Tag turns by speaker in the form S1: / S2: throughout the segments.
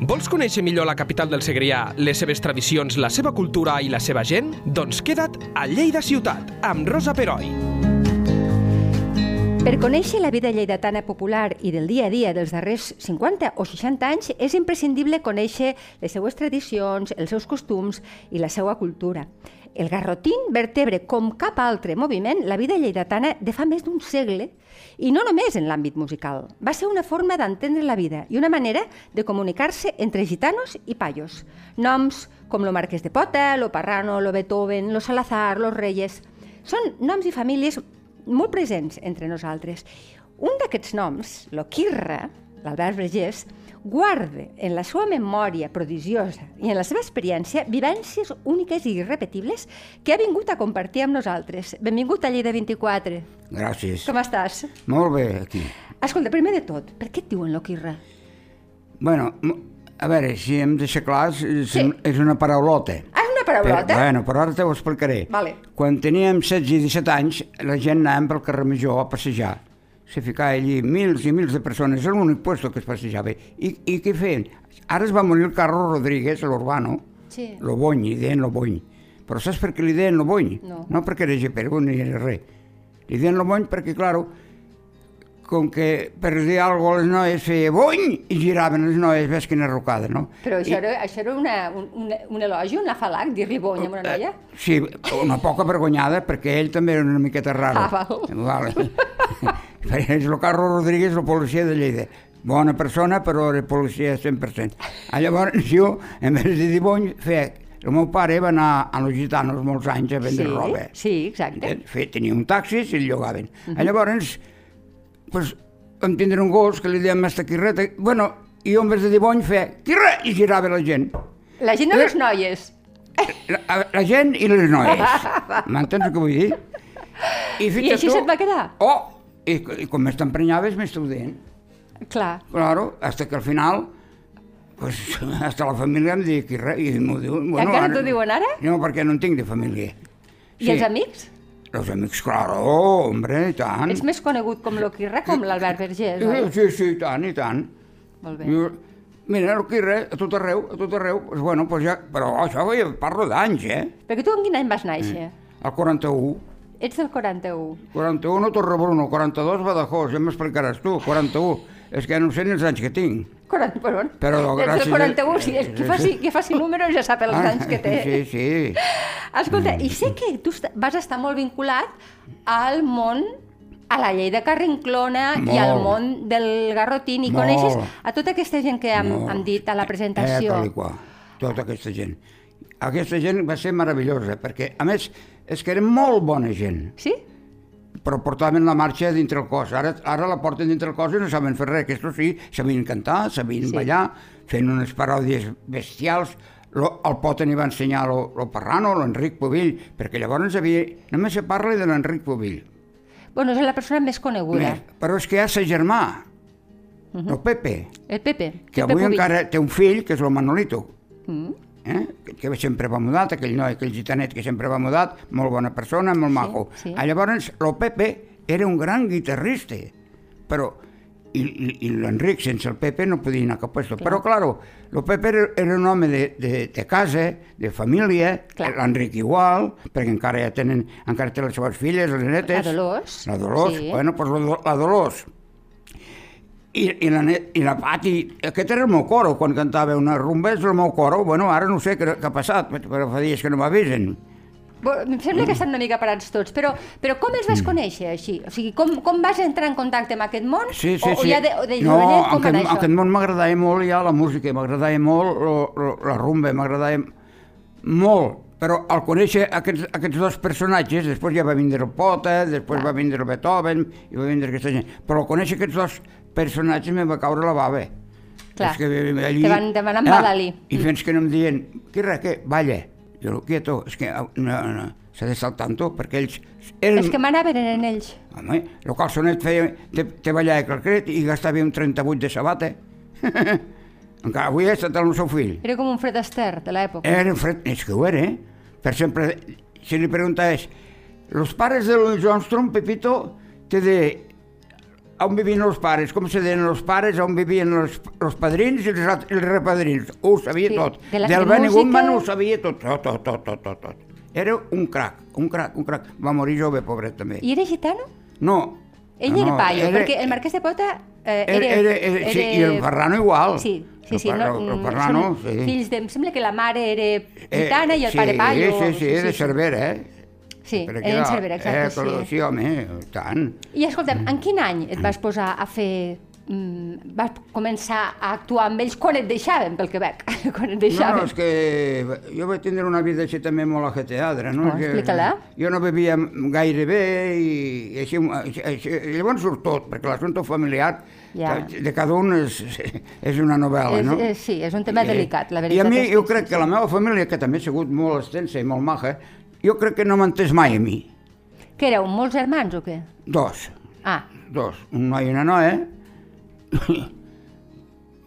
S1: Vols conèixer millor la capital del Segrià, les seves tradicions, la seva cultura i la seva gent? Doncs queda't a Lleida Ciutat, amb Rosa Peroi.
S2: Per conèixer la vida lleidatana popular i del dia a dia dels darrers 50 o 60 anys, és imprescindible conèixer les seues tradicions, els seus costums i la seva cultura. El garrotín vertebre com cap altre moviment la vida lleidatana de fa més d'un segle, i no només en l'àmbit musical. Va ser una forma d'entendre la vida i una manera de comunicar-se entre gitanos i payos. Noms com lo Marquès de Pota, lo Parrano, lo Beethoven, lo Salazar, los Reyes... Són noms i famílies molt presents entre nosaltres. Un d'aquests noms, lo Quirra, l'Albert Vergés, guarda en la seva memòria prodigiosa i en la seva experiència vivències úniques i irrepetibles que ha vingut a compartir amb nosaltres. Benvingut a Lleida 24.
S3: Gràcies.
S2: Com estàs?
S3: Molt bé, aquí.
S2: Escolta, primer de tot, per què et diuen lo Quirra?
S3: Bueno, m- a veure, si hem de ser clars, és, sí. és una paraulota.
S2: Ah, és una paraulota?
S3: Però, Eh, bueno, però ara te ho explicaré.
S2: Vale.
S3: Quan teníem 16 i 17 anys, la gent anàvem pel carrer Major a passejar. Se ficava allí mils i mils de persones, era l'únic lloc que es passejava. I, I què feien? Ara es va morir el Carlos Rodríguez, l'urbano,
S2: Sí.
S3: lo bony, li deien lo bony. Però saps per què li deien lo bony?
S2: No.
S3: no perquè era gepergo ni era res. Li deien lo bony perquè, claro, com que per dir alguna cosa les noies feia bony i giraven les noies, ves quina rocada, no?
S2: Però això, era, això era una, un, un, un elogi, una falac, dir-li bony a una noia?
S3: Sí, una poca vergonyada, perquè ell també era una miqueta raro.
S2: Ah, val.
S3: Vale. Perquè és el Carlos Rodríguez, la policia de Lleida. Bona persona, però era policia 100%. Ah, Llavors jo, en vez de dir bony, feia... El meu pare va anar a los gitanos molts anys a vendre
S2: Sí,
S3: roba. eh.
S2: sí, exacte.
S3: Entens? Feia, tenia un taxi i el llogaven. Uh -huh. Llavors, pues, vam tindre un gos que li deien Mestre Quirreta. Bueno, i jo en vez de dir bony feia Quirre! I girava la gent.
S2: La gent de
S3: eh,
S2: les noies.
S3: La, la gent i les noies. M'entens el que vull dir?
S2: I així se't va quedar?
S3: Oh! I, i com més t'emprenyaves, més t'ho deien.
S2: Clar.
S3: Claro, hasta que al final, pues, hasta la família em diu que res, i m'ho diu...
S2: Encara t'ho diuen ara?
S3: No, perquè no en tinc de família.
S2: I els amics?
S3: Els amics, claro, hombre, i tant.
S2: Ets més conegut com lo Quirra com l'Albert Vergés,
S3: Eh,
S2: oi?
S3: Sí, sí, i tant, i tant.
S2: Molt bé.
S3: Jo, mira, el que res, a tot arreu, a tot arreu, pues, bueno, pues ja, però això ja parlo d'anys, eh?
S2: Perquè tu en quin any vas néixer?
S3: El 41.
S2: Ets del 41.
S3: 41 Torrebruno, 42 Badajoz, ja m'explicaràs tu, 41. És que no sé ni els anys que tinc.
S2: 40, perdó.
S3: Però
S2: Ets
S3: gràcies
S2: del
S3: a-
S2: 41, sí, és, qui, faci, qui faci números ja sap els
S3: Ah,
S2: anys que té.
S3: Sí, Mm. sí.
S2: Escolta, i sé que tu est- vas estar molt vinculat al món a la llei de Carrinclona i al
S3: Molt.
S2: món del Garrotín i
S3: Molt.
S2: coneixes a tota aquesta gent que hem,
S3: Molt.
S2: hem dit a la
S3: Eh,
S2: presentació.
S3: tal i qual, tota aquesta gent. Aquesta gent va ser meravellosa, perquè, a més, és que eren molt bona gent,
S2: sí?
S3: però portaven la marxa dintre el cos. Ara, ara la porten dintre el cos i no saben fer res. Aquests sí, sabien cantar, sabien
S2: Sí.
S3: sí. ballar, fent unes paròdies bestials. Lo, el Poten hi va ensenyar lo, lo Parrano, l'Enric Pubill, perquè llavors havia... Només se parla de l'Enric Pubill.
S2: Bueno, és la persona més coneguda.
S3: Més. Però és que hi ha sa germà, uh -huh. el Pepe,
S2: El Pepe.
S3: que
S2: el
S3: avui
S2: Pepe Pubill.
S3: encara té un fill, que és el Manolito,
S2: Mm.
S3: eh? que, que sempre va mudat, aquell noi, aquell gitanet que sempre va mudat, molt bona persona, molt maco.
S2: sí.
S3: Ah, Llavors, el Pepe era un gran guitarrista, però i, i, i l'Enric sense el Pepe no podia anar a cap lloc. Però, claro, el Pepe era, era un home de, de, de casa, de família,
S2: Clar.
S3: l'Enric igual, perquè encara ja tenen, encara té les seves filles, les netes.
S2: La Dolors.
S3: La Dolors,
S2: Sí.
S3: sí. bueno, pues la, Do- la Dolors. I, i, la, ne- I la Pati, aquest era el meu coro, quan cantava una rumba, és el meu coro, bueno, ara no sé què, què ha passat, però fa dies que no m'avisen.
S2: Bueno, Em sembla que estan una mica parats tots, però, però com els
S3: Mm.
S2: vas conèixer així? O sigui, com, com vas entrar en contacte amb aquest món?
S3: Sí, sí,
S2: o,
S3: sí.
S2: O ja de, o de
S3: no,
S2: jovenet, com
S3: aquest,
S2: va anar això?
S3: aquest món m'agradava molt ja la música, m'agradava molt lo, lo, la rumba, m'agradava molt. Però al conèixer aquests, aquests dos personatges, després ja va vindre el Pota, després va vindre el Beethoven, i va vindre aquesta gent. Però al conèixer aquests dos personatges me va caure la bava.
S2: Clar.
S3: És que allí...
S2: Te
S3: Ah,
S2: van demanar en Badalí.
S3: I fins que no em diuen, què res, què, balla. Jo, quieto, és que ah, no, no, s'ha de saltar amb tu, perquè ells... Eren...
S2: Els que m'anaven eren ells.
S3: Ah, Home, el calçonet feia, te, te ballava calcret i gastava un 38 de sabata. Encara avui ha estat el seu fill.
S2: Era com un Fred Astaire de l'època.
S3: Era fred, és que ho era, eh? Per sempre, si li preguntaves, los pares de Louis Armstrong, Pepito, te de... on vivien els pares, com se deien els pares, on vivien els, els padrins i els, alt- i els repadrins. Ho sabia
S2: Sí,
S3: sí, tot.
S2: de la-
S3: Del
S2: de
S3: Benny
S2: música-
S3: Goodman ho sabia tot, tot, tot, tot, tot, tot, tot. Era un crac, un crac, un crac. Va morir jove, pobret, també.
S2: I era gitano?
S3: No.
S2: Ell
S3: no,
S2: era paio,
S3: era-
S2: perquè el marquès de Pota eh,
S3: Era,
S2: era,
S3: era, era, sí, i el Ferrano igual.
S2: Sí, sí, sí.
S3: El, Fer- el,
S2: mm,
S3: Ferrano,
S2: són
S3: sí.
S2: Fills de... Em sembla que la mare era
S3: Eh,
S2: gitana i el
S3: sí,
S2: pare paio.
S3: Sí, sí, sí, de Cervera, eh?
S2: Sí,
S3: Per
S2: era
S3: aquí
S2: en
S3: dalt.
S2: Cervera, exacte,
S3: Eh, però,
S2: sí.
S3: sí, home, i tant.
S2: I escolta'm, en quin any et vas posar a fer... Mm, vas començar a actuar amb ells quan et deixaven pel Quebec? quan et
S3: No, no,
S2: deixaven?
S3: és que jo vaig tindre una vida així també molt ajeteadra,
S2: Oh,
S3: no? Que-
S2: explica-la.
S3: Jo no bevia gaire bé i, i així, així, així... Llavors surt tot, perquè l'assumpte familiar
S2: Ja.
S3: de cada un és, és una novel·la,
S2: És-
S3: no?
S2: és- sí, és un tema
S3: Eh,
S2: delicat, la
S3: I a
S2: veritat
S3: mi
S2: és que
S3: jo
S2: sí,
S3: crec
S2: sí.
S3: que la meva família, que també ha sigut molt extensa i molt maja, jo crec que no m'ha entès mai a mi.
S2: Que éreu molts germans o què?
S3: Dos.
S2: Ah,
S3: Dos, un noi i una noia.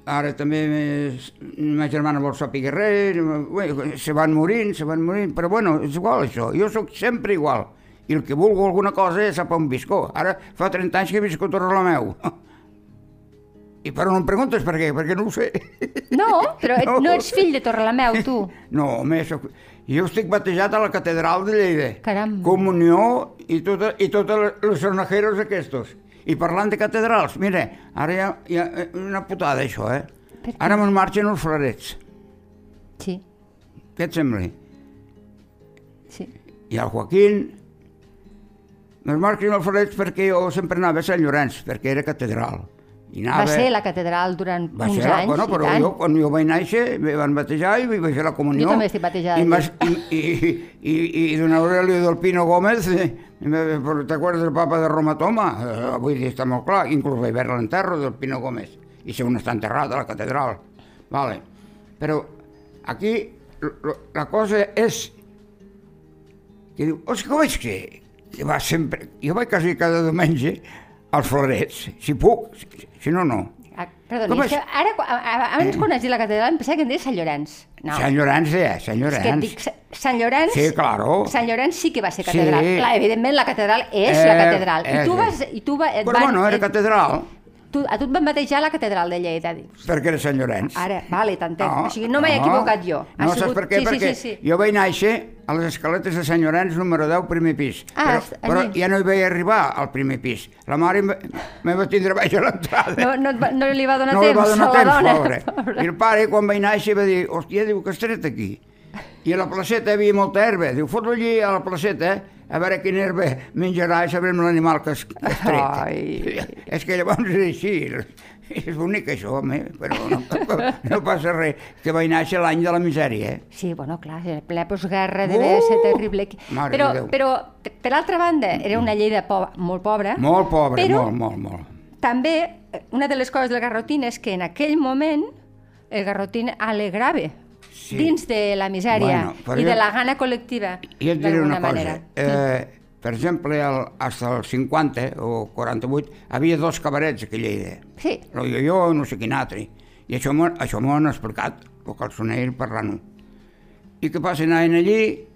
S3: Ara també més, ma germana vol saber res, bé, se van morint, se van morint, però bueno, és igual això, jo sóc sempre igual. I el que vulgo alguna cosa és sap on visco. Ara fa 30 anys que visco a Torrelameu. I però no em preguntes per què, perquè no ho sé.
S2: no, però et, no.
S3: No.
S2: ets fill de Torrelameu, tu.
S3: No, home, soc... jo estic batejat a la catedral de Lleida.
S2: Caram.
S3: Comunió i totes i tota les sonajeros aquests. I parlant de catedrals, mira, ara hi ha, hi ha eh, una putada, això, eh?
S2: Per què?
S3: Ara me'n marxen els florets.
S2: Sí,
S3: Què et sembla?
S2: sí.
S3: I el Joaquín... Me'n marxen els florets perquè jo sempre anava a Sant Llorenç, perquè era catedral. I
S2: Va
S3: anava...
S2: ser la catedral durant
S3: Va
S2: uns
S3: ser, la-
S2: anys,
S3: bueno,
S2: i
S3: però
S2: tant.
S3: jo, quan jo vaig néixer, me van batejar i vaig fer la comunió.
S2: Jo també estic batejada,
S3: I,
S2: jo.
S3: mas, i, i, i, i don Aurelio del Pino Gómez, eh, me- però t'acordes del papa de Roma Toma? Eh, vull dir, està molt clar, inclús vaig veure l'enterro del Pino Gómez, i sé on està enterrat, a la catedral. Vale. Però aquí lo- lo- la cosa és que diu, "Ostres, que ho vaig fer? Que va sempre, jo vaig quasi cada diumenge als florets, si puc, si, si- si no, no.
S2: Ah, perdoni,
S3: Com
S2: és que
S3: és?
S2: ara, quan- a- a- abans quan has dit la catedral em pensava que em deies Sant Llorenç. No,
S3: Sant Llorenç, eh? Sant
S2: és que et
S3: Llorenç.
S2: dic Sa- Sant Llorenç...
S3: Sí, claro.
S2: Sant Llorenç sí que va ser
S3: Sí.
S2: catedral. Clar, evidentment la catedral és la
S3: Eh,
S2: catedral. I
S3: eh,
S2: tu
S3: sí.
S2: vas... I tu va, et
S3: Però
S2: van,
S3: bueno, era
S2: et-
S3: catedral,
S2: Tu, a tu et van batejar a la catedral de Lleida, dius.
S3: perquè era Sant Llorenç.
S2: Ara, vale, t'entenc. o sigui, no m'he equivocat jo. Ha
S3: No,
S2: sigut-
S3: saps per què?
S2: Sí,
S3: perquè
S2: sí, sí, sí.
S3: jo vaig néixer a les escaletes de Sant Llorenç, número 10, primer pis.
S2: Ah,
S3: però,
S2: allí.
S3: però ja no hi vaig arribar, al primer pis. La mare em va- me va tindre baix a l'entrada.
S2: No, no, et va- no li va donar
S3: no li
S2: temps
S3: va donar
S2: a la
S3: temps,
S2: dona.
S3: pobre. I el pare, quan vaig néixer, va dir, hòstia, diu, que estret aquí. I a la placeta hi havia molta herba. Diu, fot-lo allí a la placeta, a veure quina herba menjarà i sabrem l'animal que has, que has tret.
S2: Ai.
S3: És que llavors és així. És bonic això, home, però no, no passa res, que vaig néixer l'any de la misèria. Eh?
S2: Sí, bueno, clar, en ple postguerra
S3: Uh!
S2: devia ser terrible.
S3: Mare
S2: però,
S3: de Déu.
S2: però, per altra banda, era una llei de po molt pobra.
S3: Molt pobre,
S2: però
S3: molt, molt, molt.
S2: també eh, una de les coses del Garrotín és que en aquell moment el Garrotín alegrava
S3: Sí.
S2: dins de la misèria
S3: Bueno, però
S2: i
S3: jo-
S2: de la gana col·lectiva,
S3: I et diré
S2: d'alguna
S3: una cosa.
S2: manera.
S3: Eh, per exemple, el, fins al 50 o 48 havia dos cabarets aquí a Lleida.
S2: Sí,
S3: El yo-yo, no sé quin altre. I això m'ho això m'ho han explicat, el calçoner parlant-ho. I què passa? Anaven allí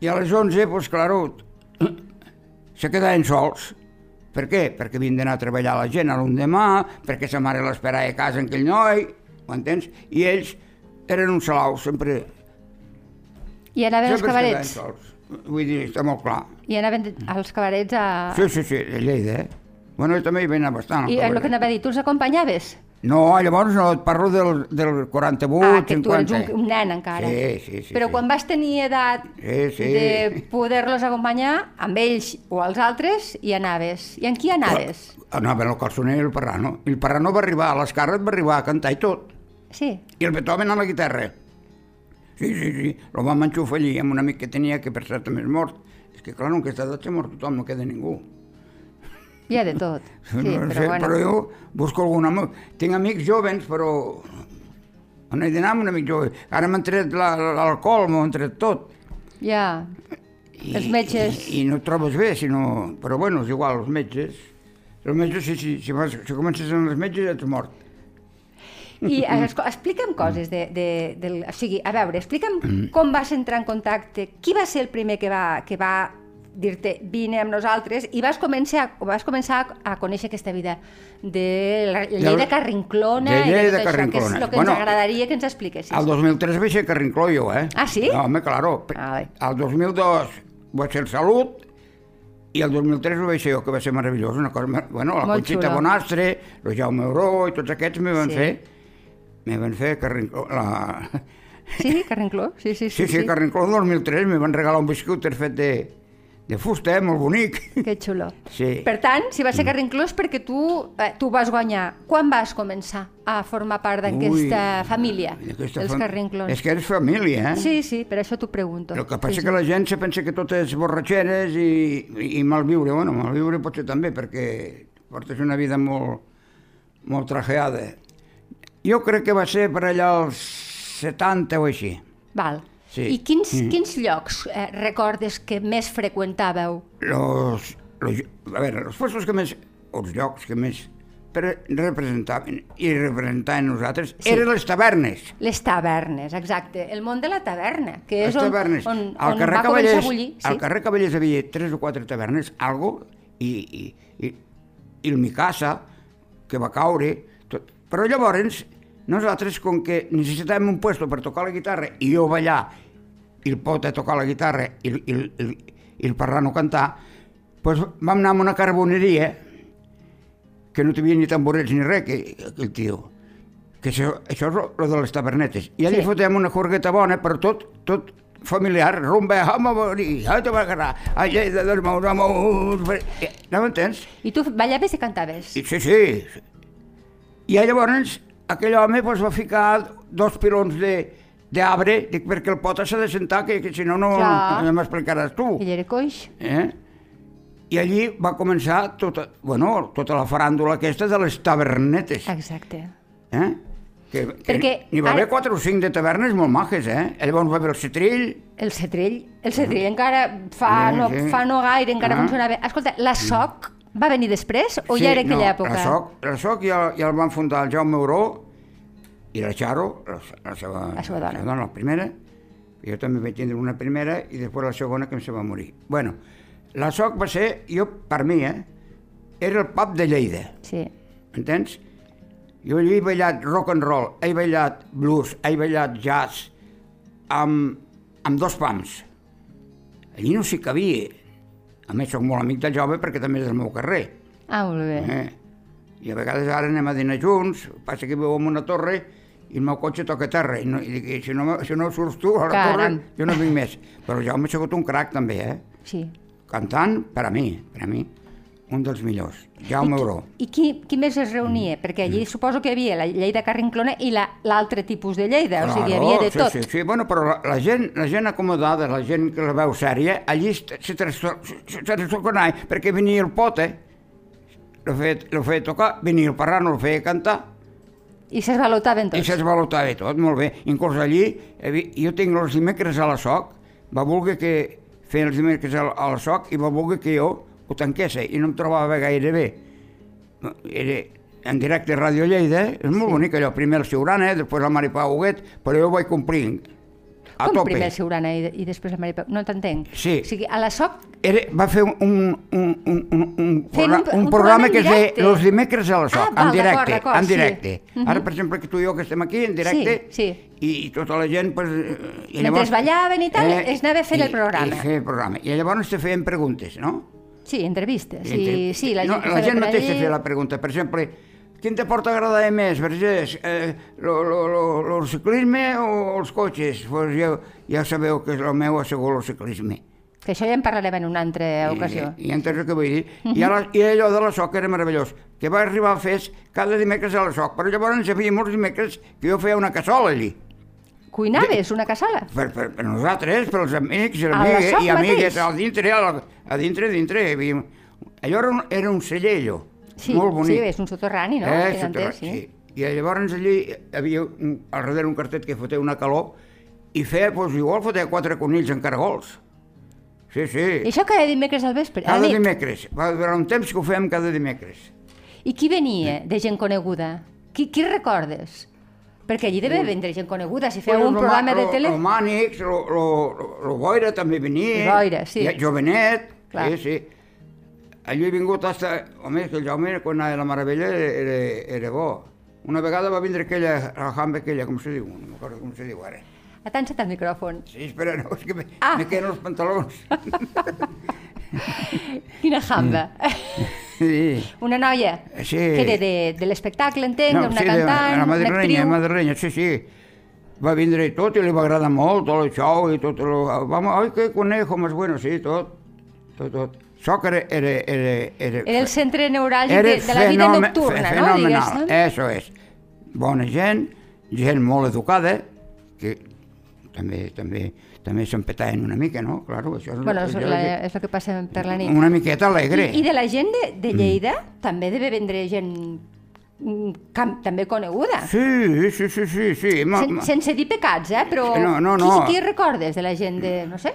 S3: i a les 11, doncs, claro, se quedaven sols. Per què? Perquè havien d'anar a treballar la gent a l'endemà, perquè sa mare l'esperava a casa en aquell noi, ho entens? I ells eren un salau, sempre...
S2: i anaven als
S3: sempre es quedaven
S2: cabarets.
S3: sols. Vull dir, està molt clar.
S2: I anaven als cabarets a...
S3: Sí, sí, sí, de Lleida, eh? Bueno, jo també hi vaig anar bastant. al
S2: I el
S3: cabaret.
S2: que anava a dir, tu els acompanyaves?
S3: No, llavors no, et parlo del, del 48,
S2: ah, que tu eres
S3: 50.
S2: un, un nen encara.
S3: Uh, Sí, sí, sí,
S2: Però
S3: sí.
S2: quan vas tenir edat
S3: Sí, sí.
S2: de poder-los acompanyar, amb ells o els altres, hi anaves. I en qui anaves?
S3: Anava Ah, el calçoner i el Parrano. I el Parrano va arribar, a les carres va arribar a cantar i tot.
S2: Sí.
S3: I el Beethoven a la guitarra. Sí, sí, sí, lo vam enxufar allí amb un amic que tenia que per cert també és mort. És que, clar, en aquesta edat s'ha mort tothom, no queda ningú.
S2: Hi ha de tot. Sí,
S3: No
S2: però
S3: sé,
S2: bueno.
S3: però jo busco algun home. Tinc amics jovens, però... On he d'anar amb un amic jove? Ara m'han tret la- l'alcohol, m'han tret tot.
S2: Ja.
S3: I,
S2: Els metges.
S3: I, I no et trobes bé, sinó... Però bueno, és igual, els metges... Els metges, si, si, si, vas, si comences amb els metges, ets mort.
S2: I esco- explica'm coses de, de, del...
S3: Mm.
S2: O sigui, a veure, explica'm com vas entrar en contacte, qui va ser el primer que va, que va dir-te vine amb nosaltres i vas començar, vas començar a conèixer aquesta vida de la Lleida Carrinclona
S3: de
S2: i
S3: Lleida
S2: tot això,
S3: Carrinclona.
S2: que és el que
S3: Bueno,
S2: ens agradaria que ens expliquessis.
S3: Al 2003 vaig ser Carrincló jo, eh?
S2: Ah, sí?
S3: No, home, claro. Pe-
S2: Ah, bé.
S3: Al 2002 vaig ser Salut i el 2003 ho vaig ser jo, que va ser meravellós. Una cosa, mer- bueno, la
S2: Molt
S3: Conxita
S2: xulo.
S3: Bonastre, el Jaume Oró i tots aquests me van
S2: Sí.
S3: fer... Me van fer Carrincló... La...
S2: Sí, Carrincló, sí, sí, sí.
S3: Sí, sí, sí. Carrincló el 2003 me van regalar un biscuiter fet de, de fusta, eh? Molt bonic.
S2: Que xulo.
S3: Sí. Mm.
S2: Per tant, si va ser Carrinclós perquè tu, eh, tu vas guanyar. Quan vas començar a formar part d'aquesta
S3: Ui,
S2: família
S3: d'aquesta
S2: dels
S3: fam-
S2: Carrinclons?
S3: És que eres família, eh?
S2: Sí, sí, per això t'ho pregunto.
S3: El que passa
S2: sí,
S3: que la gent se pensa que tot és borratxeres i, i, i malviure. Bueno, malviure potser també, perquè portes una vida molt, molt trajeada. Jo crec que va ser per allà als 70 o així.
S2: Val.
S3: Sí. Mm.
S2: I quins, quins llocs eh, recordes que més freqüentàveu?
S3: Los, los, a veure, els puestos que més... o els llocs que més pre- representaven i representaven nosaltres
S2: Sí.
S3: eren les tavernes.
S2: Les tavernes, exacte. El món de la taverna, que és
S3: les
S2: on,
S3: tavernes.
S2: on,
S3: al
S2: on
S3: carrer
S2: va
S3: Cavallers,
S2: començar a bullir. Sí?
S3: Al carrer Cavallers havia tres o quatre tavernes, algo, i, i, i, i el Micasa, que va caure, tot. Però llavors, nosaltres, com que necessitàvem un puesto per tocar la guitarra, i jo ballar, i el Pota tocar la guitarra, i, el- i, el- i, el- i el Parrano cantar, doncs vam anar a una carboneria, que no tenia ni tamborets ni res, que, el tio. Que això, això és lo de les tavernetes. I allà
S2: Sí.
S3: sí. fotem una jorgueta bona, però tot, tot familiar, rumba, home, morí, ai, te va agarrar, ai, ai, de dos mous, home, no m'entens?
S2: I tu ballaves i cantaves.
S3: I, sí, sí. I llavors aquell home pues, va ficar dos pilons de d'arbre, dic, perquè el pota s'ha de sentar, que, que si no, no,
S2: Clar.
S3: no m'explicaràs tu.
S2: Ell era coix.
S3: Eh? I allí va començar tota, bueno, tota la faràndula aquesta de les tavernetes.
S2: Exacte.
S3: Eh? Que, que
S2: Perquè
S3: n'hi va
S2: ara-
S3: haver quatre o cinc de tavernes molt majes, eh? Llavors va haver el Cetrill,
S2: El cetrell, el cetrell encara fa,
S3: Sí,
S2: no,
S3: sí.
S2: fa no gaire, encara
S3: Ah.
S2: funciona bé. Escolta, la SOC va venir després o ja era aquella
S3: no,
S2: època?
S3: La SOC, la SOC ja, ja el van fundar el Jaume Oró i la Xaro, la, la, seva,
S2: La seva dona.
S3: La, dona, la primera. Jo també vaig tindre una primera i després la segona que em se va morir. Bueno, la SOC va ser, jo, per mi, eh, era el pub de Lleida.
S2: Sí.
S3: entens? Jo allí he ballat rock and roll, he ballat blues, he ballat jazz, amb, amb dos pams. Allí no s'hi cabia. A més, sóc molt amic del jove perquè també és del meu carrer.
S2: Ah, molt bé.
S3: Eh? I a vegades ara anem a dinar junts, passa que viu en una torre i el meu cotxe toca terra. I, no, i dic, "I si no, si no surts tu a la
S2: Caram.
S3: torre, jo no vinc més. Però el Jaume ha sigut un crac també, eh?
S2: Sí.
S3: Cantant, per a mi, per a mi, un dels millors. Jaume Oró.
S2: I qui, qui més es reunia?
S3: Mm.
S2: Perquè allí suposo que hi havia la Lleida Carrinclona i la- l'altre la, tipus de Lleida, o sigui, hi havia de
S3: sí,
S2: tot.
S3: Sí, sí, bueno, però la, la, gent, la gent acomodada, la gent que la veu sèria, allí es- se trastornava, perquè venia el pote, lo feia, lo feia tocar, venia el parrano, lo feia cantar,
S2: I s'esvalotaven
S3: i
S2: tots.
S3: s'esvalotava tot, molt bé. Inclús allí, hi havia- jo tinc els dimecres a la SOC, va voler que feien els dimecres a la, a la SOC i va voler que jo ho tanqués i no em trobava gaire bé. No, Era en directe a Ràdio Lleida, eh? és molt sí. bonic allò, primer el Siurana, eh, després el Maripà Huguet, però jo ho vaig complint. A
S2: Com
S3: tope.
S2: primer el Siurana i, i després el Maripà? No t'entenc.
S3: Sí.
S2: O sigui, a la SOC
S3: Era, va fer un, un, un, un, un, un,
S2: Fent un-
S3: programa, un,
S2: un programa
S3: programa
S2: en
S3: que es deia
S2: directe.
S3: Los dimecres a la
S2: Ah,
S3: SOC,
S2: val,
S3: en
S2: d'acord,
S3: directe,
S2: d'acord,
S3: en
S2: sí.
S3: directe.
S2: Mhm.
S3: Ara, per exemple, que tu i jo que estem aquí en directe,
S2: Sí,
S3: I, i tota la gent... Pues, eh, i eh,
S2: Mentre es ballaven i tal, es anava fent
S3: i-
S2: el programa.
S3: I fer el programa. I llavors te feien preguntes, no?
S2: Sí, entrevistes. Sí,
S3: Entre-
S2: sí, la
S3: no,
S2: gent, que
S3: la
S2: estava
S3: gent
S2: per
S3: mateixa
S2: allí.
S3: feia la pregunta. Per exemple, quin t'aporta agradar més, Vergés? Eh, lo, lo, lo, lo, el ciclisme o els cotxes? Pues ja, ja sabeu que el meu ha sigut el ciclisme.
S2: Que això ja en parlarem en una altra ocasió.
S3: I, i entens el que vull dir? I, ara, I allò de la soc era meravellós, que va arribar a fer cada dimecres a la soc, però llavors hi havia molts dimecres que jo feia una cassola allí,
S2: Cuinaves una cassola?
S3: per, per, per nosaltres, per els amics, i
S2: la
S3: amigues,
S2: SOC
S3: i amigues,
S2: mateix?
S3: a dintre, a, la, a dintre, a dintre, hi havia... Allò era un, era un celler, allò,
S2: Sí,
S3: molt bonic.
S2: sí, és un soterrani, no?
S3: Eh,
S2: Tinc
S3: soterrani,
S2: entès,
S3: sí. I llavors allí hi havia un, al darrere un cartet que fotia una calor i feia, doncs, igual fotia quatre conills en caragols. Sí, sí.
S2: I això cada dimecres al vespre, a
S3: Cada
S2: la nit.
S3: dimecres. Va durar un temps que ho fèiem cada dimecres.
S2: I qui venia de gent coneguda? Qui, qui recordes? Perquè allí deve vindre gent coneguda, si feu un programa de tele...
S3: Romànics, lo, lo, lo, lo Boira també venia.
S2: El Boira, sí.
S3: I el Jovenet,
S2: Clar.
S3: Sí, sí. Allò he vingut hasta... Home, és que el Jaume, quan anava a la Meravella, era, era, era bo. Una vegada va vindre aquella, la jamba aquella, com se diu? No m'acordo com se diu ara.
S2: Atansa't al micròfon.
S3: Sí, espera, no, és que me,
S2: Ah.
S3: me queden els pantalons.
S2: Quina jamba.
S3: Sí.
S2: Una noia
S3: Mm. Sí.
S2: que era de, de l'espectacle, entenc, una
S3: sí, de-
S2: cantant,
S3: era
S2: una
S3: madrilenya,
S2: actriu...
S3: madrilenya, sí, sí. Va vindre i tot, i li va agradar molt, tot el xou i tot el... Vamos, ai, que conejo, més bueno, sí, tot, tot, tot. Això que era... Era, era, era,
S2: Era el centre neuràlgic
S3: era
S2: de, de la vida
S3: fenomen-
S2: nocturna,
S3: fe-
S2: no? Digues,
S3: fenomenal, Eh,
S2: no?
S3: Eso és. Bona gent, gent molt educada, que també també també s'empetaven una mica, no? Claro, això és,
S2: Bueno, és,
S3: jo
S2: la,
S3: crec-
S2: és el que passa per la nit.
S3: una miqueta alegre.
S2: I, I de la gent de,
S3: Mm.
S2: de Lleida també deve vendre gent mm, cam, també coneguda.
S3: Sí, sí, sí, sí, sí. ma-
S2: Sen,
S3: ma-
S2: sense dir pecats, eh? Però
S3: No, no, no.
S2: Qui, qui recordes de la gent de, no sé,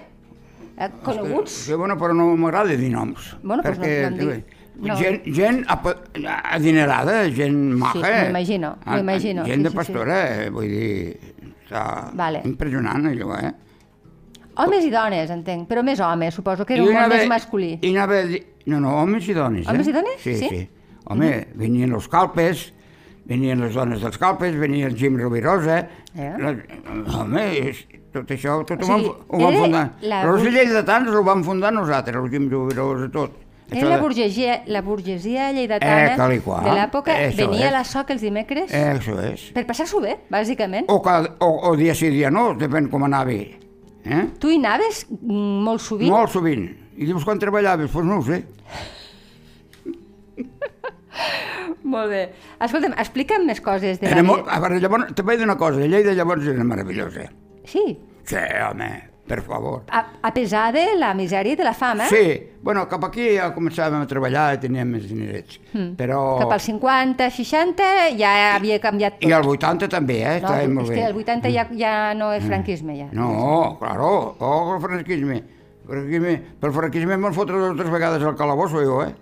S2: eh, coneguts?
S3: Sí, bueno, però no m'agrada dir noms.
S2: Bueno, doncs no- no en digui. No.
S3: Gent, gent apa- adinerada, gent maca.
S2: m'imagino,
S3: Ah,
S2: m'imagino,
S3: Gent
S2: sí,
S3: de
S2: sí, sí.
S3: pastora, eh, vull dir, està
S2: Vale.
S3: impressionant allò, eh?
S2: Homes i dones, entenc, però més homes, suposo que era
S3: I
S2: un món
S3: anava-
S2: més masculí.
S3: I anava a dir... No, no, homes i dones, eh?
S2: Homes i dones?
S3: Sí,
S2: Sí? Mm-hmm.
S3: sí. Home, venien els calpes, venien les dones dels calpes, venia el Jim Rovirosa...
S2: Eh?
S3: Les, home, és, tot això, tot
S2: O
S3: ho,
S2: sigui,
S3: vam, ho vam
S2: era
S3: fundar.
S2: la-
S3: Però els lleidatans ho vam fundar nosaltres, el Jim Rovirosa, tot.
S2: Era la
S3: de-
S2: burgesia, la burgesia
S3: Eh,
S2: lleidatana
S3: tal i qual.
S2: de l'època.
S3: Eso
S2: Venia
S3: es.
S2: a la soca els dimecres
S3: Eh, Oh. Això és.
S2: per passar-s'ho bé, bàsicament.
S3: O, cada, o, o dia sí, dia no, depèn com anavi. Eh?
S2: Tu hi anaves mm, molt sovint?
S3: Molt sovint. I dius, quan treballaves? Doncs pues no ho sé.
S2: Molt bé. Escolta'm, explica'm més coses de la
S3: Era molt...
S2: vida.
S3: A veure, llavors, te vaig dir una cosa, Lleida llavors era meravellosa.
S2: Sí,
S3: Sí, home, per favor.
S2: a, a pesar de la misèria i de la fam, eh?
S3: Sí, bueno, cap aquí ja començàvem a treballar i teníem més dinerets. Mm. Però...
S2: Hmm. Cap als 50, 60 ja havia canviat tot.
S3: I al 80 també, eh?
S2: no,
S3: Estava
S2: és
S3: molt bé. Mm.
S2: que el 80 ja, ja no és franquisme, ja.
S3: No, claro, oh, el franquisme. franquisme. Pel franquisme me'n fotre dues o tres vegades al calabosso, jo, eh?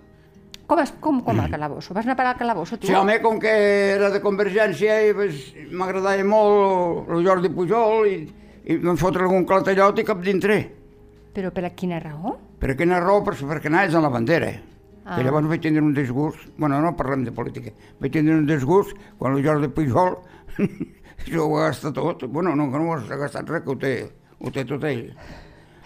S2: Com, es, com, com al calabosso? Vas anar a parar al calabosso, tu?
S3: Mm. Sí, home, com que era de Convergència i pues, m'agradava molt el Jordi Pujol i, i me'n fotre algun clatellot i cap dintre.
S2: Però per a quina raó?
S3: Per quina raó? Per, perquè anaves a la bandera.
S2: Ah.
S3: Ah. Que llavors vaig tindre un disgust, bueno, no parlem de política, vaig tindre un disgust quan el Jordi Pujol s'ho va gastar tot, bueno, no, que no s'ha gastat res, que ho té, ho té tot ell.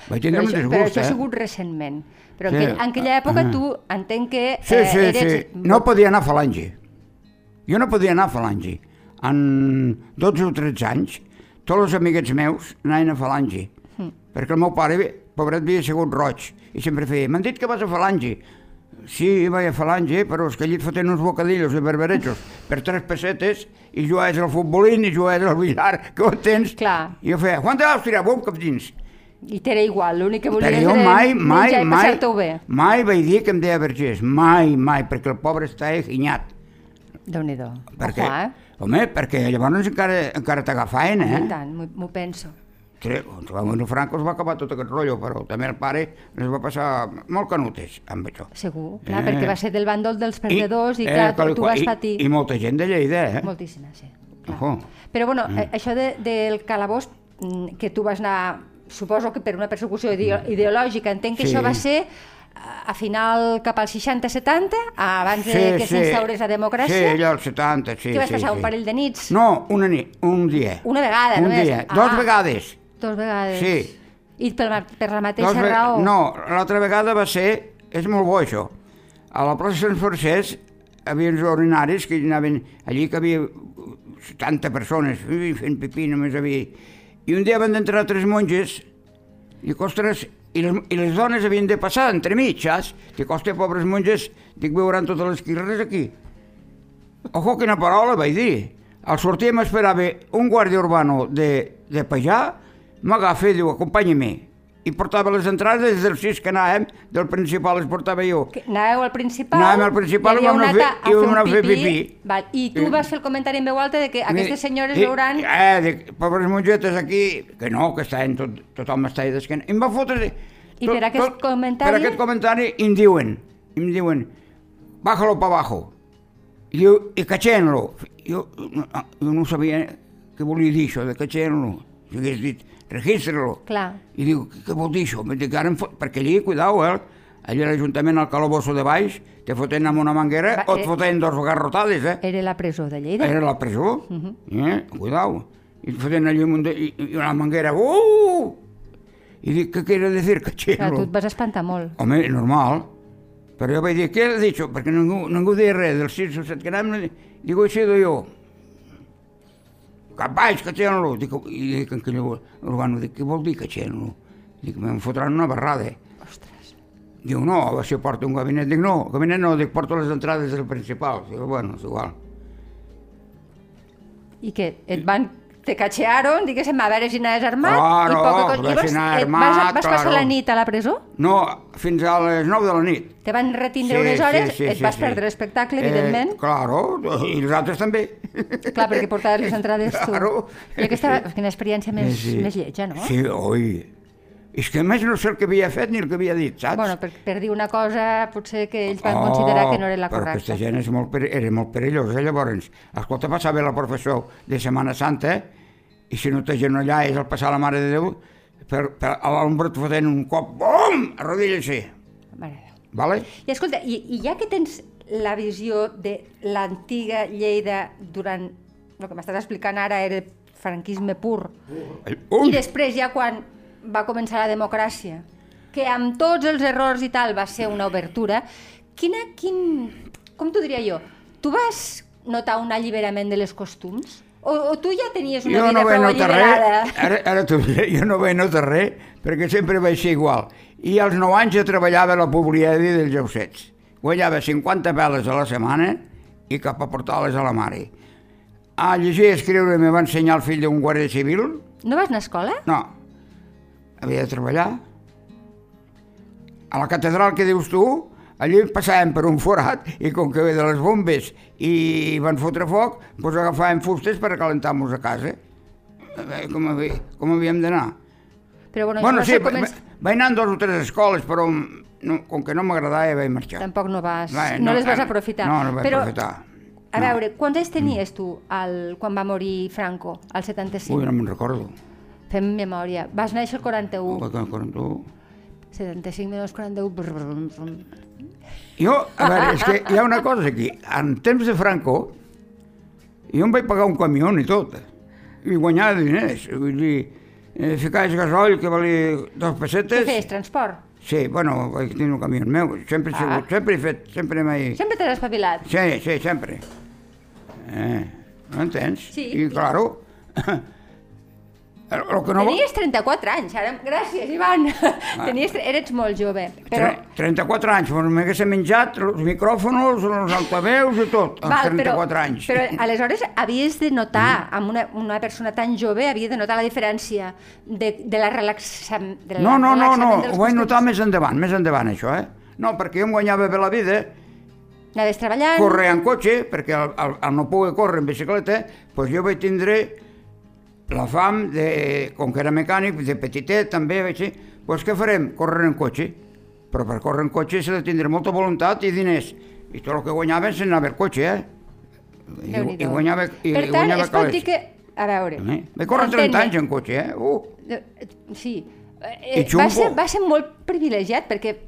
S3: Vaig tindre
S2: Però,
S3: un
S2: això, però
S3: disgust,
S2: això ha
S3: eh?
S2: sigut recentment. Però
S3: Sí.
S2: sí. en aquella època
S3: Ah.
S2: tu entenc que
S3: Sí,
S2: eh,
S3: sí,
S2: eres...
S3: sí. No podia anar a Falange. Jo no podia anar a Falange. En 12 o 13 anys, tots els amiguets meus anaven a Falange.
S2: Hm.
S3: Mm. Perquè el meu pare, pobret, havia sigut roig. I sempre feia, m'han dit que vas a Falange. Sí, vaig a Falange, però és que allí et foten uns bocadillos i berberejos per tres pessetes i jugaves al futbolín i jugaves al billar, que ho tens.
S2: Clar.
S3: I jo feia, quan te vas tirar? Bum, cap dins.
S2: I t'era igual, l'únic que volies
S3: Però jo
S2: era
S3: mai, mai,
S2: menjar i
S3: mai,
S2: passar-t'ho bé.
S3: mai vaig dir que em deia Vergés, mai, mai, perquè el pobre està allunyat.
S2: Déu-n'hi-do.
S3: Perquè,
S2: Ojo, eh?
S3: Home, perquè llavors encara, encara t'agafaven,
S2: I
S3: eh?
S2: tant, m'ho- m'ho penso.
S3: Sí, bueno, Franco es va acabar tot aquest rotllo, però també el pare es va passar molt canutes amb això.
S2: Segur, clar,
S3: Eh.
S2: perquè va ser del bàndol dels perdedors i,
S3: eh,
S2: clar,
S3: tal
S2: tu
S3: qual,
S2: vas
S3: i-
S2: patir
S3: I molta gent de Lleida, eh?
S2: moltíssima, sí. Clar.
S3: Ojo. Mm.
S2: Però, bueno, eh, això de, del calabós, mm, que tu vas anar, suposo que per una persecució ideo ideològica, entenc que
S3: Mm. Sí.
S2: això va ser eh, a a final cap als 60-70, abans de que s'instaurés la
S3: Sí,
S2: democràcia,
S3: allò als 70, sí,
S2: que vas
S3: sí,
S2: passar
S3: sí.
S2: un parell de nits,
S3: No, una nit, un dia.
S2: Una vegada,
S3: un
S2: només.
S3: dia,
S2: Ah.
S3: dos vegades.
S2: dos vegades.
S3: Sí.
S2: I per la, per la mateixa
S3: Dos ve-
S2: raó.
S3: No, l'altra vegada va ser... És molt bo, això. A la plaça Sant Francesc hi havia uns urinaris que hi anaven... Allí que hi havia 70 persones ui, fent pipí, només havia... I un dia van entrar tres monges i, ostres, i les, i les dones havien de passar entremig, saps? Dic, hòstia, pobres monges, dic, veuran totes les quirres aquí. Ojo, quina paraula vaig dir. Al sortir m'esperava un guàrdia urbano de, de Pajà, m'agafa i diu, acompanyi-me. I portava les entrades des dels sis que anàvem, del principal les portava jo.
S2: Que Anàveu al principal,
S3: Anàvem al principal,
S2: hi havia
S3: vam anar a
S2: una
S3: fer-
S2: altra
S3: i vam anar
S2: a
S3: a
S2: fer
S3: fer
S2: un pipí,
S3: pipí.
S2: Val. i tu
S3: I-
S2: vas fer el comentari en veu alta de que aquestes senyores
S3: I-
S2: veuran...
S3: Eh, dic, pobres mongetes aquí, que no, que estaven tot, tothom estava d'esquena. I em va fotre...
S2: I per aquest comentari?
S3: Per aquest comentari em diuen, em diuen, bájalo pa abajo. I, diu, i cachenlo. Jo, no, jo no sabia què volia dir això de cachenlo. Jo hagués dit, registra-lo.
S2: Clar.
S3: I diu, què vol dir això? Em dic, ara em fot... Perquè allí, cuidao, eh? Allà a l'Ajuntament, al Calabosso de Baix, te foten amb una manguera
S2: Va,
S3: o
S2: eh.
S3: et foten dos garrotades, eh?
S2: Era la presó de Lleida.
S3: Era la presó,
S2: Mhm.
S3: eh? Cuidao. I et foten allà un munt de... I, i una manguera, uuuh! I dic, què quiere decir,
S2: Clar, tu
S3: cachero?
S2: et vas espantar molt.
S3: Home, normal. Però jo vaig dir, què has dit? Perquè ningú, ningú deia res, dels sis o set que anem, no di- dic, ho he sido jo. Cap baix, cachent-lo. Dic, "Oh, I dic, en aquell urbano, dic, què vol dir cachent-lo? Dic, me'n fotran una barrada.
S2: Ostres.
S3: Diu, no, a veure si porto un gabinet. Dic, no, gabinet no, dic, porto les entrades del principal. Diu, bueno, és igual.
S2: I que et van... Te cachearon, diguéssim, a veure si anaves armat.
S3: Claro,
S2: i poca cosa.
S3: a veure
S2: Llavors,
S3: si anava
S2: et vas,
S3: armat,
S2: vas passar
S3: claro.
S2: la nit a la presó?
S3: No, fins a les 9 de la nit.
S2: Te van retindre unes hores, et vas perdre l'espectacle, evidentment.
S3: Eh, claro, i els altres també.
S2: Clar, perquè portaves les entrades tu.
S3: Claro.
S2: I aquesta, quina experiència més, més lletja, no?
S3: Sí, oi. És que a més no sé el que havia fet ni el que havia dit, saps?
S2: Bueno, per, per dir una cosa, potser que ells van considerar que no era la
S3: Oh, Però aquesta
S2: correcta.
S3: gent és molt, peri- era molt perillosa, llavors. Escolta, passava la professó de Setmana Santa, eh? i si no t'agenollaves al passar la Mare de Déu, per, per, a l'ombra et fotent un cop, bum, a rodilla així,
S2: Mare de Déu.
S3: vale?
S2: I escolta, i, i ja que tens la visió de l'antiga Lleida durant... El que m'estàs explicant ara era franquisme pur. I
S3: Un,
S2: després ja quan va començar la democràcia, que amb tots els errors i tal va ser una obertura, quina, quin... com t'ho diria jo? Tu vas notar un alliberament de les costums? O, o tu ja tenies una
S3: jo
S2: vida
S3: no vaig
S2: prou
S3: notar
S2: alliberada?
S3: res, ara, ara t'ho diré, jo no vaig notar res, perquè sempre vaig ser igual. I als 9 anys ja treballava a la publicada dels Jausets. Guanyava 50 peles a la setmana i cap a portar-les a la mare. A llegir i escriure me va ensenyar el fill d'un guàrdia civil,
S2: No vas anar a escola?
S3: no, havia de treballar. A la catedral que dius tu, allí passàvem per un forat i com que ve de les bombes i van fotre foc, doncs agafàvem fustes per calentar-nos a casa. A veure com, havi, com havíem d'anar.
S2: Però bueno,
S3: Bueno,
S2: això
S3: sí,
S2: va ser
S3: va-
S2: començ...
S3: va- vaig anar a dues o tres escoles, però no, com que no m'agradava vaig marxar.
S2: Tampoc no vas...
S3: Va,
S2: no,
S3: no,
S2: les vas
S3: eh,
S2: aprofitar.
S3: no, no vaig
S2: Però,
S3: aprofitar.
S2: A
S3: Mm.
S2: veure, quants anys tenies tu al, quan va morir Franco, al 75?
S3: Ui, no me'n recordo.
S2: Fem memòria. Vas néixer el 41,
S3: Ui, quan- quan tu-
S2: 75 menys 41... Brr, brr, brr.
S3: Jo, a veure, és que hi ha una cosa aquí. En temps de Franco, jo em vaig pagar un camió i tot. I guanyava diners. Vull dir, eh, ficaves gasoll que valia dos
S2: Què
S3: pessetes.
S2: feies, transport?
S3: Sí, bueno, vaig tenir un camió meu. Sempre, he sigut,
S2: Ah.
S3: sempre he fet, sempre m'he...
S2: Sempre t'has espavilat.
S3: Sí, sí, sempre. Eh, no entens?
S2: Sí.
S3: I, claro, el que no... vol- Ah.
S2: Tenies 34 anys, ara... Gràcies, Ivan. Tenies... tre- Eres molt jove, però...
S3: Tre- 34 anys, però m'hagués menjat els micròfons, els altaveus i tot, als 34
S2: però,
S3: anys. Mm.
S2: Però aleshores havies de notar, amb una, una persona tan jove, havia de notar la diferència de, de la relaxam... De la
S3: No, no, no, no,
S2: relaxament dels
S3: ho vaig
S2: costums.
S3: notar més endavant, més endavant això, eh? No, perquè jo em guanyava bé la vida,
S2: Anaves treballant...
S3: correr en cotxe, perquè al, al, al no poder córrer en bicicleta, doncs jo vaig tindre la fam, de, com que era mecànic, de petitet també, vaig dir, doncs què farem? Córrer en cotxe. Però per córrer en cotxe s'ha de tindre molta voluntat i diners. I tot el que guanyava se n'anava el cotxe, eh? I,
S2: Déu-n'hi-do.
S3: i guanyava, i,
S2: per
S3: i
S2: tant,
S3: guanyava
S2: es pot dir que... A veure...
S3: Eh? Vaig córrer 30
S2: entén-me.
S3: anys en cotxe, eh? Uh!
S2: Eh, Sí.
S3: I
S2: Eh, va,
S3: xungo.
S2: ser, va ser molt privilegiat perquè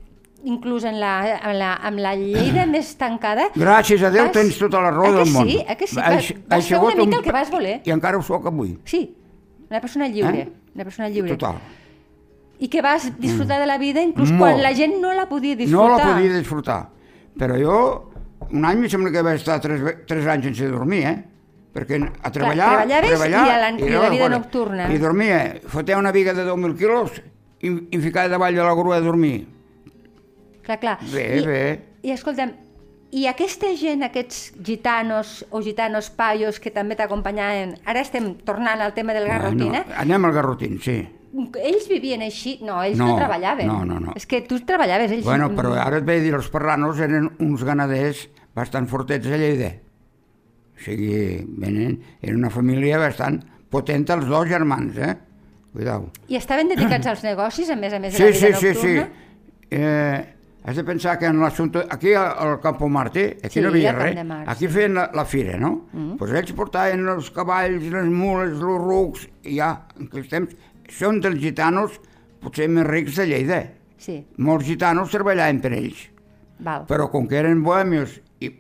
S2: inclús en la, en la, amb la Lleida més tancada...
S3: Gràcies a Déu
S2: vas-
S3: tens tota la
S2: eh
S3: raó
S2: que
S3: del món.
S2: Sí, eh que sí,
S3: Ha-
S2: vas,
S3: ha
S2: vas fer una
S3: sigut
S2: mica
S3: un
S2: el que
S3: pe-
S2: vas voler.
S3: I encara ho soc avui.
S2: Sí, una persona lliure.
S3: Eh?
S2: Una persona lliure.
S3: Total.
S2: I que vas disfrutar de la vida inclús
S3: Molt.
S2: quan la gent no la podia
S3: No
S2: disfrutar.
S3: la podia disfrutar. Però jo, un any em sembla que vaig estar tres, ve- tres anys sense dormir, eh? Perquè a treballar...
S2: treballaves
S3: treballar,
S2: i a la- i
S3: no
S2: la vida
S3: fora.
S2: nocturna.
S3: I dormia. eh? Fotia una viga de 2.000 quilos i, i em ficava davall de la grua a dormir.
S2: Clar, clar. I,
S3: Bé, bé.
S2: I escolta'm, i aquesta gent, aquests gitanos o gitanos paios que també t'acompanyaven, ara estem tornant al tema del Garrotina,
S3: Bueno, anem al garrotín, sí.
S2: ells vivien així? No, ells no,
S3: No,
S2: treballaven.
S3: no, no, no.
S2: És que tu treballaves, ells...
S3: Bueno, però ara et vaig dir, els parranos eren uns ganaders bastant fortets a Lleida. O sigui, venen, era una família bastant potent els dos germans, eh? Cuidao.
S2: I estaven dedicats als negocis, a més a més de
S3: Sí,
S2: la
S3: sí,
S2: vida
S3: sí, sí.
S2: nocturna?
S3: Eh, has de pensar que en l'assumpte... Aquí al, al Campo Marte, aquí
S2: Sí,
S3: no hi havia
S2: al Camp
S3: res.
S2: de Mars,
S3: Aquí feien la, la fira, no? Doncs mm. pues ells portaven els cavalls, les mules, els rucs, i ja, en aquells temps, són dels gitanos potser més rics de Lleida.
S2: Sí,
S3: molts gitanos treballaven per ells.
S2: val.
S3: Però com que eren bohemios i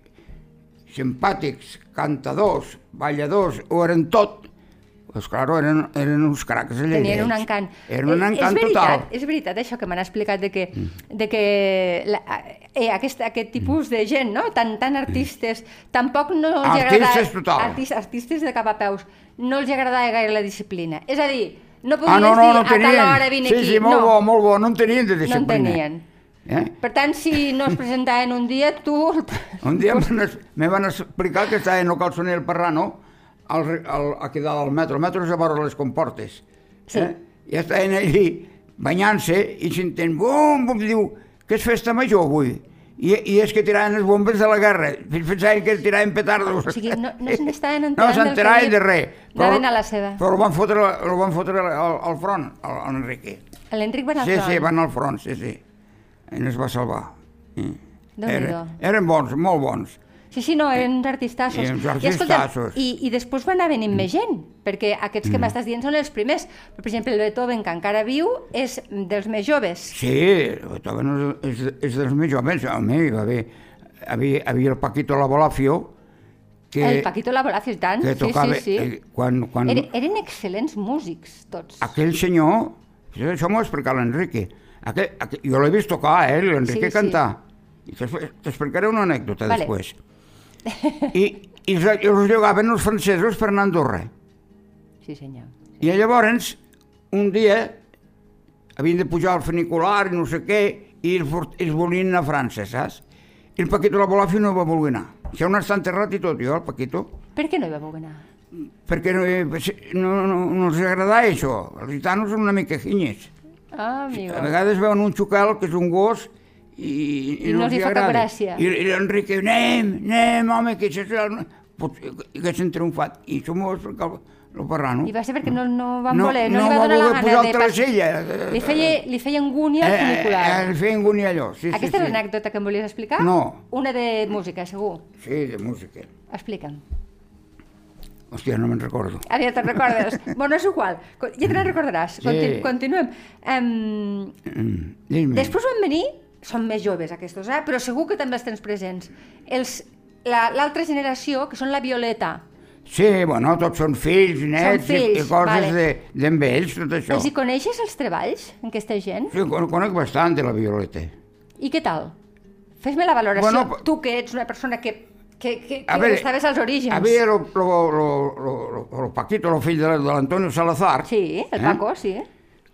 S3: simpàtics, cantadors, balladors, ho eren tot, doncs, claro, eren, eren uns cracs a Lleida.
S2: Tenien un
S3: ells.
S2: encant.
S3: Eren un
S2: Eh,
S3: encant
S2: és veritat,
S3: total. Mm.
S2: És veritat això que m'han explicat, de que, de que la, eh, aquest, aquest tipus de gent, no? tan, tan artistes, tampoc no els
S3: Mm. Artistes
S2: agrada...
S3: total.
S2: Artis, artistes de cap a peus. No els agradava gaire la disciplina. És a dir, no podies
S3: Ah, no, no,
S2: dir
S3: no
S2: a tal
S3: tenien.
S2: hora vine
S3: sí,
S2: aquí.
S3: sí, molt
S2: no,
S3: bo, molt bo. No en tenien de
S2: no en
S3: disciplina.
S2: tenien.
S3: Eh?
S2: Per tant, si no es presentaven un dia, tu...
S3: Un dia me n'es- me van explicar que estava en el calçoner el Parrano, al, re- al, aquí dalt al metro. El metro és a vora les comportes.
S2: Sí.
S3: I estaven allí banyant-se i senten bum, bum, diu, que és festa major avui. I, i és que tiraven les bombes de la guerra. Pensaven que tiraven petardos.
S2: O sigui, no- no se n'estaven enterant
S3: No
S2: del que
S3: s'enteraven
S2: havia-
S3: de res.
S2: Anaven a la seva.
S3: Però el van fotre, el van fotre al, al front, al, a l'Enrique.
S2: L'Enric van al
S3: Sí,
S2: front.
S3: sí, van al front, sí, sí. I no es va salvar. Mm.
S2: Déu-n'hi-do.
S3: Eren, eren bons, molt bons.
S2: Sí, sí, no, eren uns artistassos.
S3: eh, Eren uns artistassos. Mm.
S2: I, i després va anar venint més gent, perquè aquests que m'estàs dient són els primers. Per exemple, el Beethoven, que encara viu, és dels més joves.
S3: Sí, Beethoven és, és, és dels més joves, home, hi va haver, hi havia, hi havia el Paquito la Bolafio, que,
S2: el Paquito Laboracio, i tant.
S3: que tocava...
S2: sí, sí,
S3: eh, Quan,
S2: sí.
S3: quan
S2: Eren, eren excel·lents músics, tots.
S3: aquell senyor, això m'ho ha explicat l'Enrique, aquell, aquell, jo l'he vist tocar, eh,
S2: Sí, sí.
S3: l'Enrique sí, cantar. I t'exp- T'explicaré una anècdota
S2: Vale.
S3: després. I, i els, els llogaven els francesos per anar a Andorra.
S2: Sí, senyor.
S3: I llavors, un dia, havien de pujar al funicular i no sé què, i els, for- els volien anar a França, saps? I el Paquito la Bolafio no va voler anar. Això on està enterrat i tot, jo, el Paquito.
S2: Per què no hi va voler anar?
S3: Perquè no, no, no, no els agradava això. Els gitanos són una mica ginyes.
S2: Ah,
S3: A
S2: amigo.
S3: vegades veuen un xucal, que és un gos, i,
S2: I no els hi fa cap
S3: agrada.
S2: gràcia.
S3: I, i l'Enrique, anem, anem, home, que això serà... el- Potser haguessin triomfat. I això m'ho va explicar el, el Parrano.
S2: I va ser perquè no, no van
S3: No,
S2: voler, no,
S3: no
S2: li
S3: va
S2: va donar la gana.
S3: voler posar
S2: de
S3: el
S2: pas-
S3: trasella.
S2: Li feia, li feia angúnia al funicular.
S3: Eh, eh, el feien guanyar allò, sí,
S2: Aquesta
S3: sí,
S2: és
S3: sí.
S2: l'anècdota que em volies explicar?
S3: No.
S2: Una de música, segur.
S3: Sí, de música.
S2: Explica'm.
S3: Hòstia, no me'n recordo.
S2: Ara ja te'n recordes. bueno, és igual. Co- Ja te la recordaràs.
S3: Sí.
S2: Conti Continuem. Em,
S3: Mm, Digue'm.
S2: després van venir, són més joves aquests, eh? però segur que també els tens presents. Els- la- L'altra generació, que són la Violeta,
S3: Sí, bueno, tots són fills, nets
S2: fills,
S3: i, i coses
S2: vale.
S3: de- d'en vells, tot això.
S2: els hi coneixes els treballs, en aquesta gent?
S3: Sí, con- conec bastant de la Violeta.
S2: I què tal? Fes-me la valoració.
S3: Bueno, pa-
S2: tu que ets una persona que, que, que,
S3: A
S2: que
S3: veure,
S2: estaves als orígens.
S3: A mi el, el, el, el, Paquito, el fill de, la- de l'Antonio Salazar,
S2: Sí, el
S3: Eh?
S2: Paco, sí.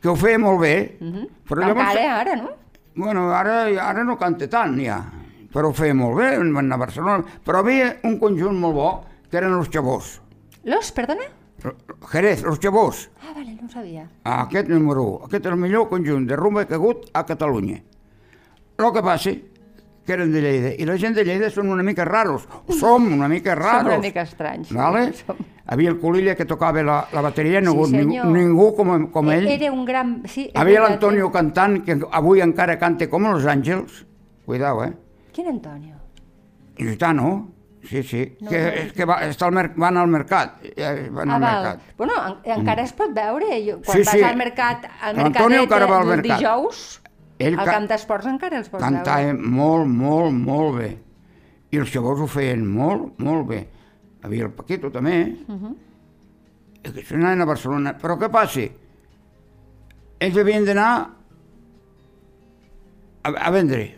S3: que ho feia molt bé, però
S2: Però
S3: llavors...
S2: Encara, eh, ara, no?
S3: Bueno, ara, ara no canta tant, ja, però ho feia molt bé, van anar a Barcelona. Però hi havia un conjunt molt bo, que eren els xavós.
S2: Los, perdona?
S3: Jerez, els xavós,
S2: Ah, vale, no ho sabia.
S3: aquest número 1. Aquest és el millor conjunt de rumba que ha hagut a Catalunya. El que passa que eren de Lleida, i la gent de Lleida són una mica raros, o som una mica raros.
S2: Som una mica estranys.
S3: Vale?
S2: Som-
S3: Havia el Colilla que tocava la, la bateria,
S2: Sí,
S3: no hi ha hagut
S2: senyor. E-
S3: ningú, ningú com, com ell.
S2: Era un gran... Sí, és
S3: Havia
S2: veritat,
S3: l'Antonio cantant, que avui encara canta com Los Àngels. Cuidao, eh?
S2: eh? Quin Antonio?
S3: Gitano, sí, sí.
S2: No, Ah,
S3: No, que,
S2: no.
S3: és que va, està al mer, van al mercat. eh, Van al mercat. Mm.
S2: Bueno, en, encara es pot veure. Jo, quan
S3: Sí,
S2: vas
S3: sí.
S2: al mercat, al
S3: L'Antonio
S2: mercadet
S3: encara va al
S2: del
S3: mercat.
S2: dijous,
S3: Ell
S2: al
S3: ca-
S2: camp d'esports encara els pots
S3: Cantava
S2: veure.
S3: molt, molt, molt bé. I els xavors ho feien molt, molt bé. Hi havia el Paquito també. Uh -huh. Que se n'anaven a Barcelona. Però què passi? Ells havien d'anar a, a vendre. eh?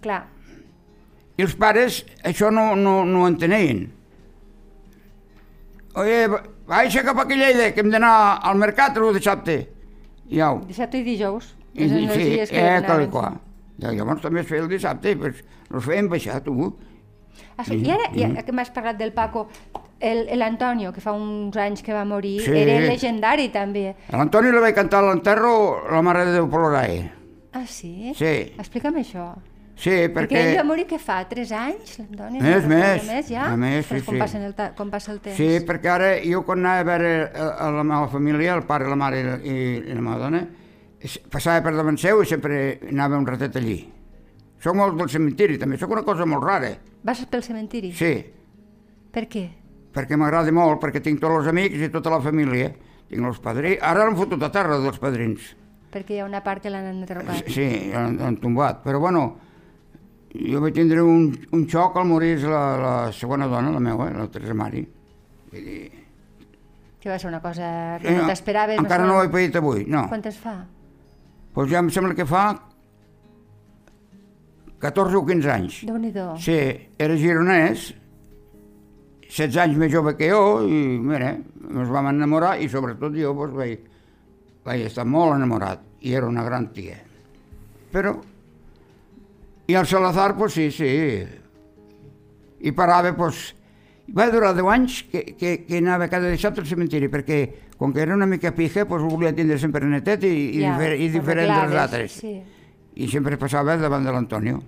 S2: Clar,
S3: I els pares això no, no, no ho entenien. Oye, va- baixa cap aquí a Lleida, que hem d'anar al mercat el dissabte. I au.
S2: dissabte i dijous.
S3: I,
S2: Eren
S3: i
S2: els
S3: sí,
S2: dies que
S3: eh,
S2: anaven.
S3: tal i qual. I llavors també es feia el dissabte, i pues, els feien baixar, tu.
S2: Ah, sí, I ara, ja que m'has parlat del Paco, el- l'Antonio, que fa uns anys que va morir,
S3: Sí.
S2: era legendari també.
S3: A l'Antoni li va cantar a l'enterro la Mare de Déu Polorae.
S2: Ah, sí?
S3: Sí.
S2: Explica'm això.
S3: Sí,
S2: Perquè ell va
S3: perquè...
S2: morir que fa 3 anys, l'Antoni?
S3: Més,
S2: no recordo
S3: més.
S2: Més, ja?
S3: A més, sí,
S2: Ostres, com,
S3: sí.
S2: Passa el ta- com passa el temps.
S3: Sí, perquè ara jo quan anava a veure a, a la meva família, el pare, la mare i, la- i, i la meva dona, es- passava per davant seu i sempre anava un ratet allí. Soc molt del cementiri també, soc una cosa molt rara,
S2: Vas pel cementiri?
S3: sí,
S2: Per què?
S3: perquè m'agrada molt, perquè tinc tots els amics i tota la família. Tinc els padrins, ara l'han fotut a terra dels padrins.
S2: perquè hi ha una part que l'han enderrocat.
S3: Sí, han, han tombat. Però bueno, jo vaig tindre un, un xoc al morir la, la segona dona, la meva, eh, la Teresa Mari. Vull dir,
S2: Que va ser una cosa que
S3: eh,
S2: no t'esperaves.
S3: Encara
S2: sé
S3: no ho he pedit avui, no.
S2: Quant es fa?
S3: Doncs ja em sembla que fa 14 o 15 anys.
S2: Déu-n'hi-do.
S3: Sí, era gironès, 16 anys més jove que jo, i mira, ens vam enamorar, i sobretot jo doncs, vaig, vaig estar molt enamorat, i era una gran tia. Però, i el Salazar, doncs sí, sí, i parava, doncs, va durar 10 anys que, que, que anava cada dissabte al cementiri, perquè com que era una mica pija, doncs ho volia tindre sempre netet i, i,
S2: Ja,
S3: difer i
S2: ho
S3: diferent dels
S2: arreglaves,
S3: altres
S2: Sí.
S3: i sempre passava davant de l'Antonio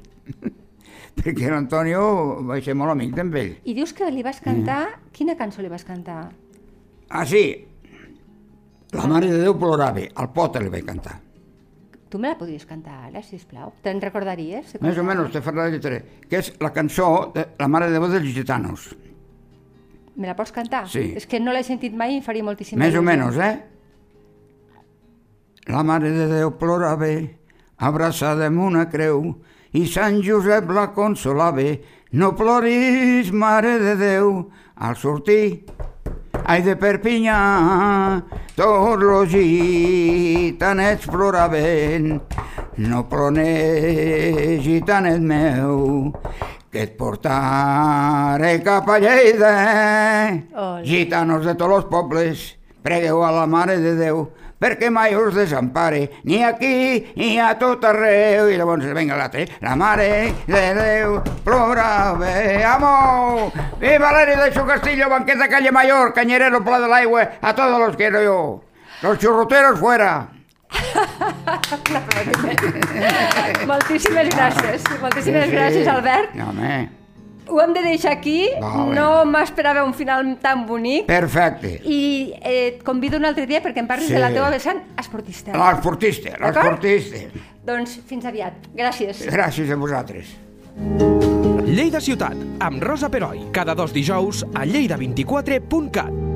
S3: perquè l'Antonio va ser molt amic amb ell
S2: I dius que li vas cantar...
S3: Mm.
S2: Quina cançó li vas cantar?
S3: ah sí la Mare de Déu plorava al Pota li vaig cantar
S2: Tu me la podries cantar ara, sisplau? Te'n recordaries? si
S3: més o
S2: cantava?
S3: menys te faré la lletra que és la cançó de la Mare de Déu dels Gitanos
S2: Me la pots cantar?
S3: Sí.
S2: És que no l'he sentit mai i em faria moltíssima
S3: Més o
S2: il·lusió.
S3: menys, eh? La Mare de Déu plorava, abraçada amb una creu, i Sant Josep la consolava, no ploris, Mare de Déu, al sortir, ai de Perpinyà, tots los gitanets ploraven, no plones, gitanet meu, que et portaré cap a Lleida,
S2: Ole.
S3: Gitanos de tots els pobles, pregueu a la Mare de Déu perquè mai us desampare, ni aquí ni a tot arreu. I llavors, vinga, l'altre, la Mare de Déu plora bé, amo! Viva l'Ere de su castillo, banqueta calle mayor, cañerero, pla de l'aigua, a todos los quiero yo. Los churruteros fuera.
S2: Moltíssimes gràcies. Moltíssimes
S3: Sí, sí.
S2: gràcies, Albert.
S3: Home,
S2: Ho hem de deixar aquí.
S3: Vale.
S2: No m'esperava un final tan
S3: Eh.
S2: bonic.
S3: perfecte.
S2: I eh, et convido un altre dia perquè em parlis
S3: Sí. Ah.
S2: de la teva vessant esportista.
S3: L'esportista, l'esportista.
S2: Doncs fins aviat. Gràcies.
S3: Gràcies a vosaltres.
S1: Lleida Ciutat, amb Rosa Peroi, cada dos dijous a lleida24.cat.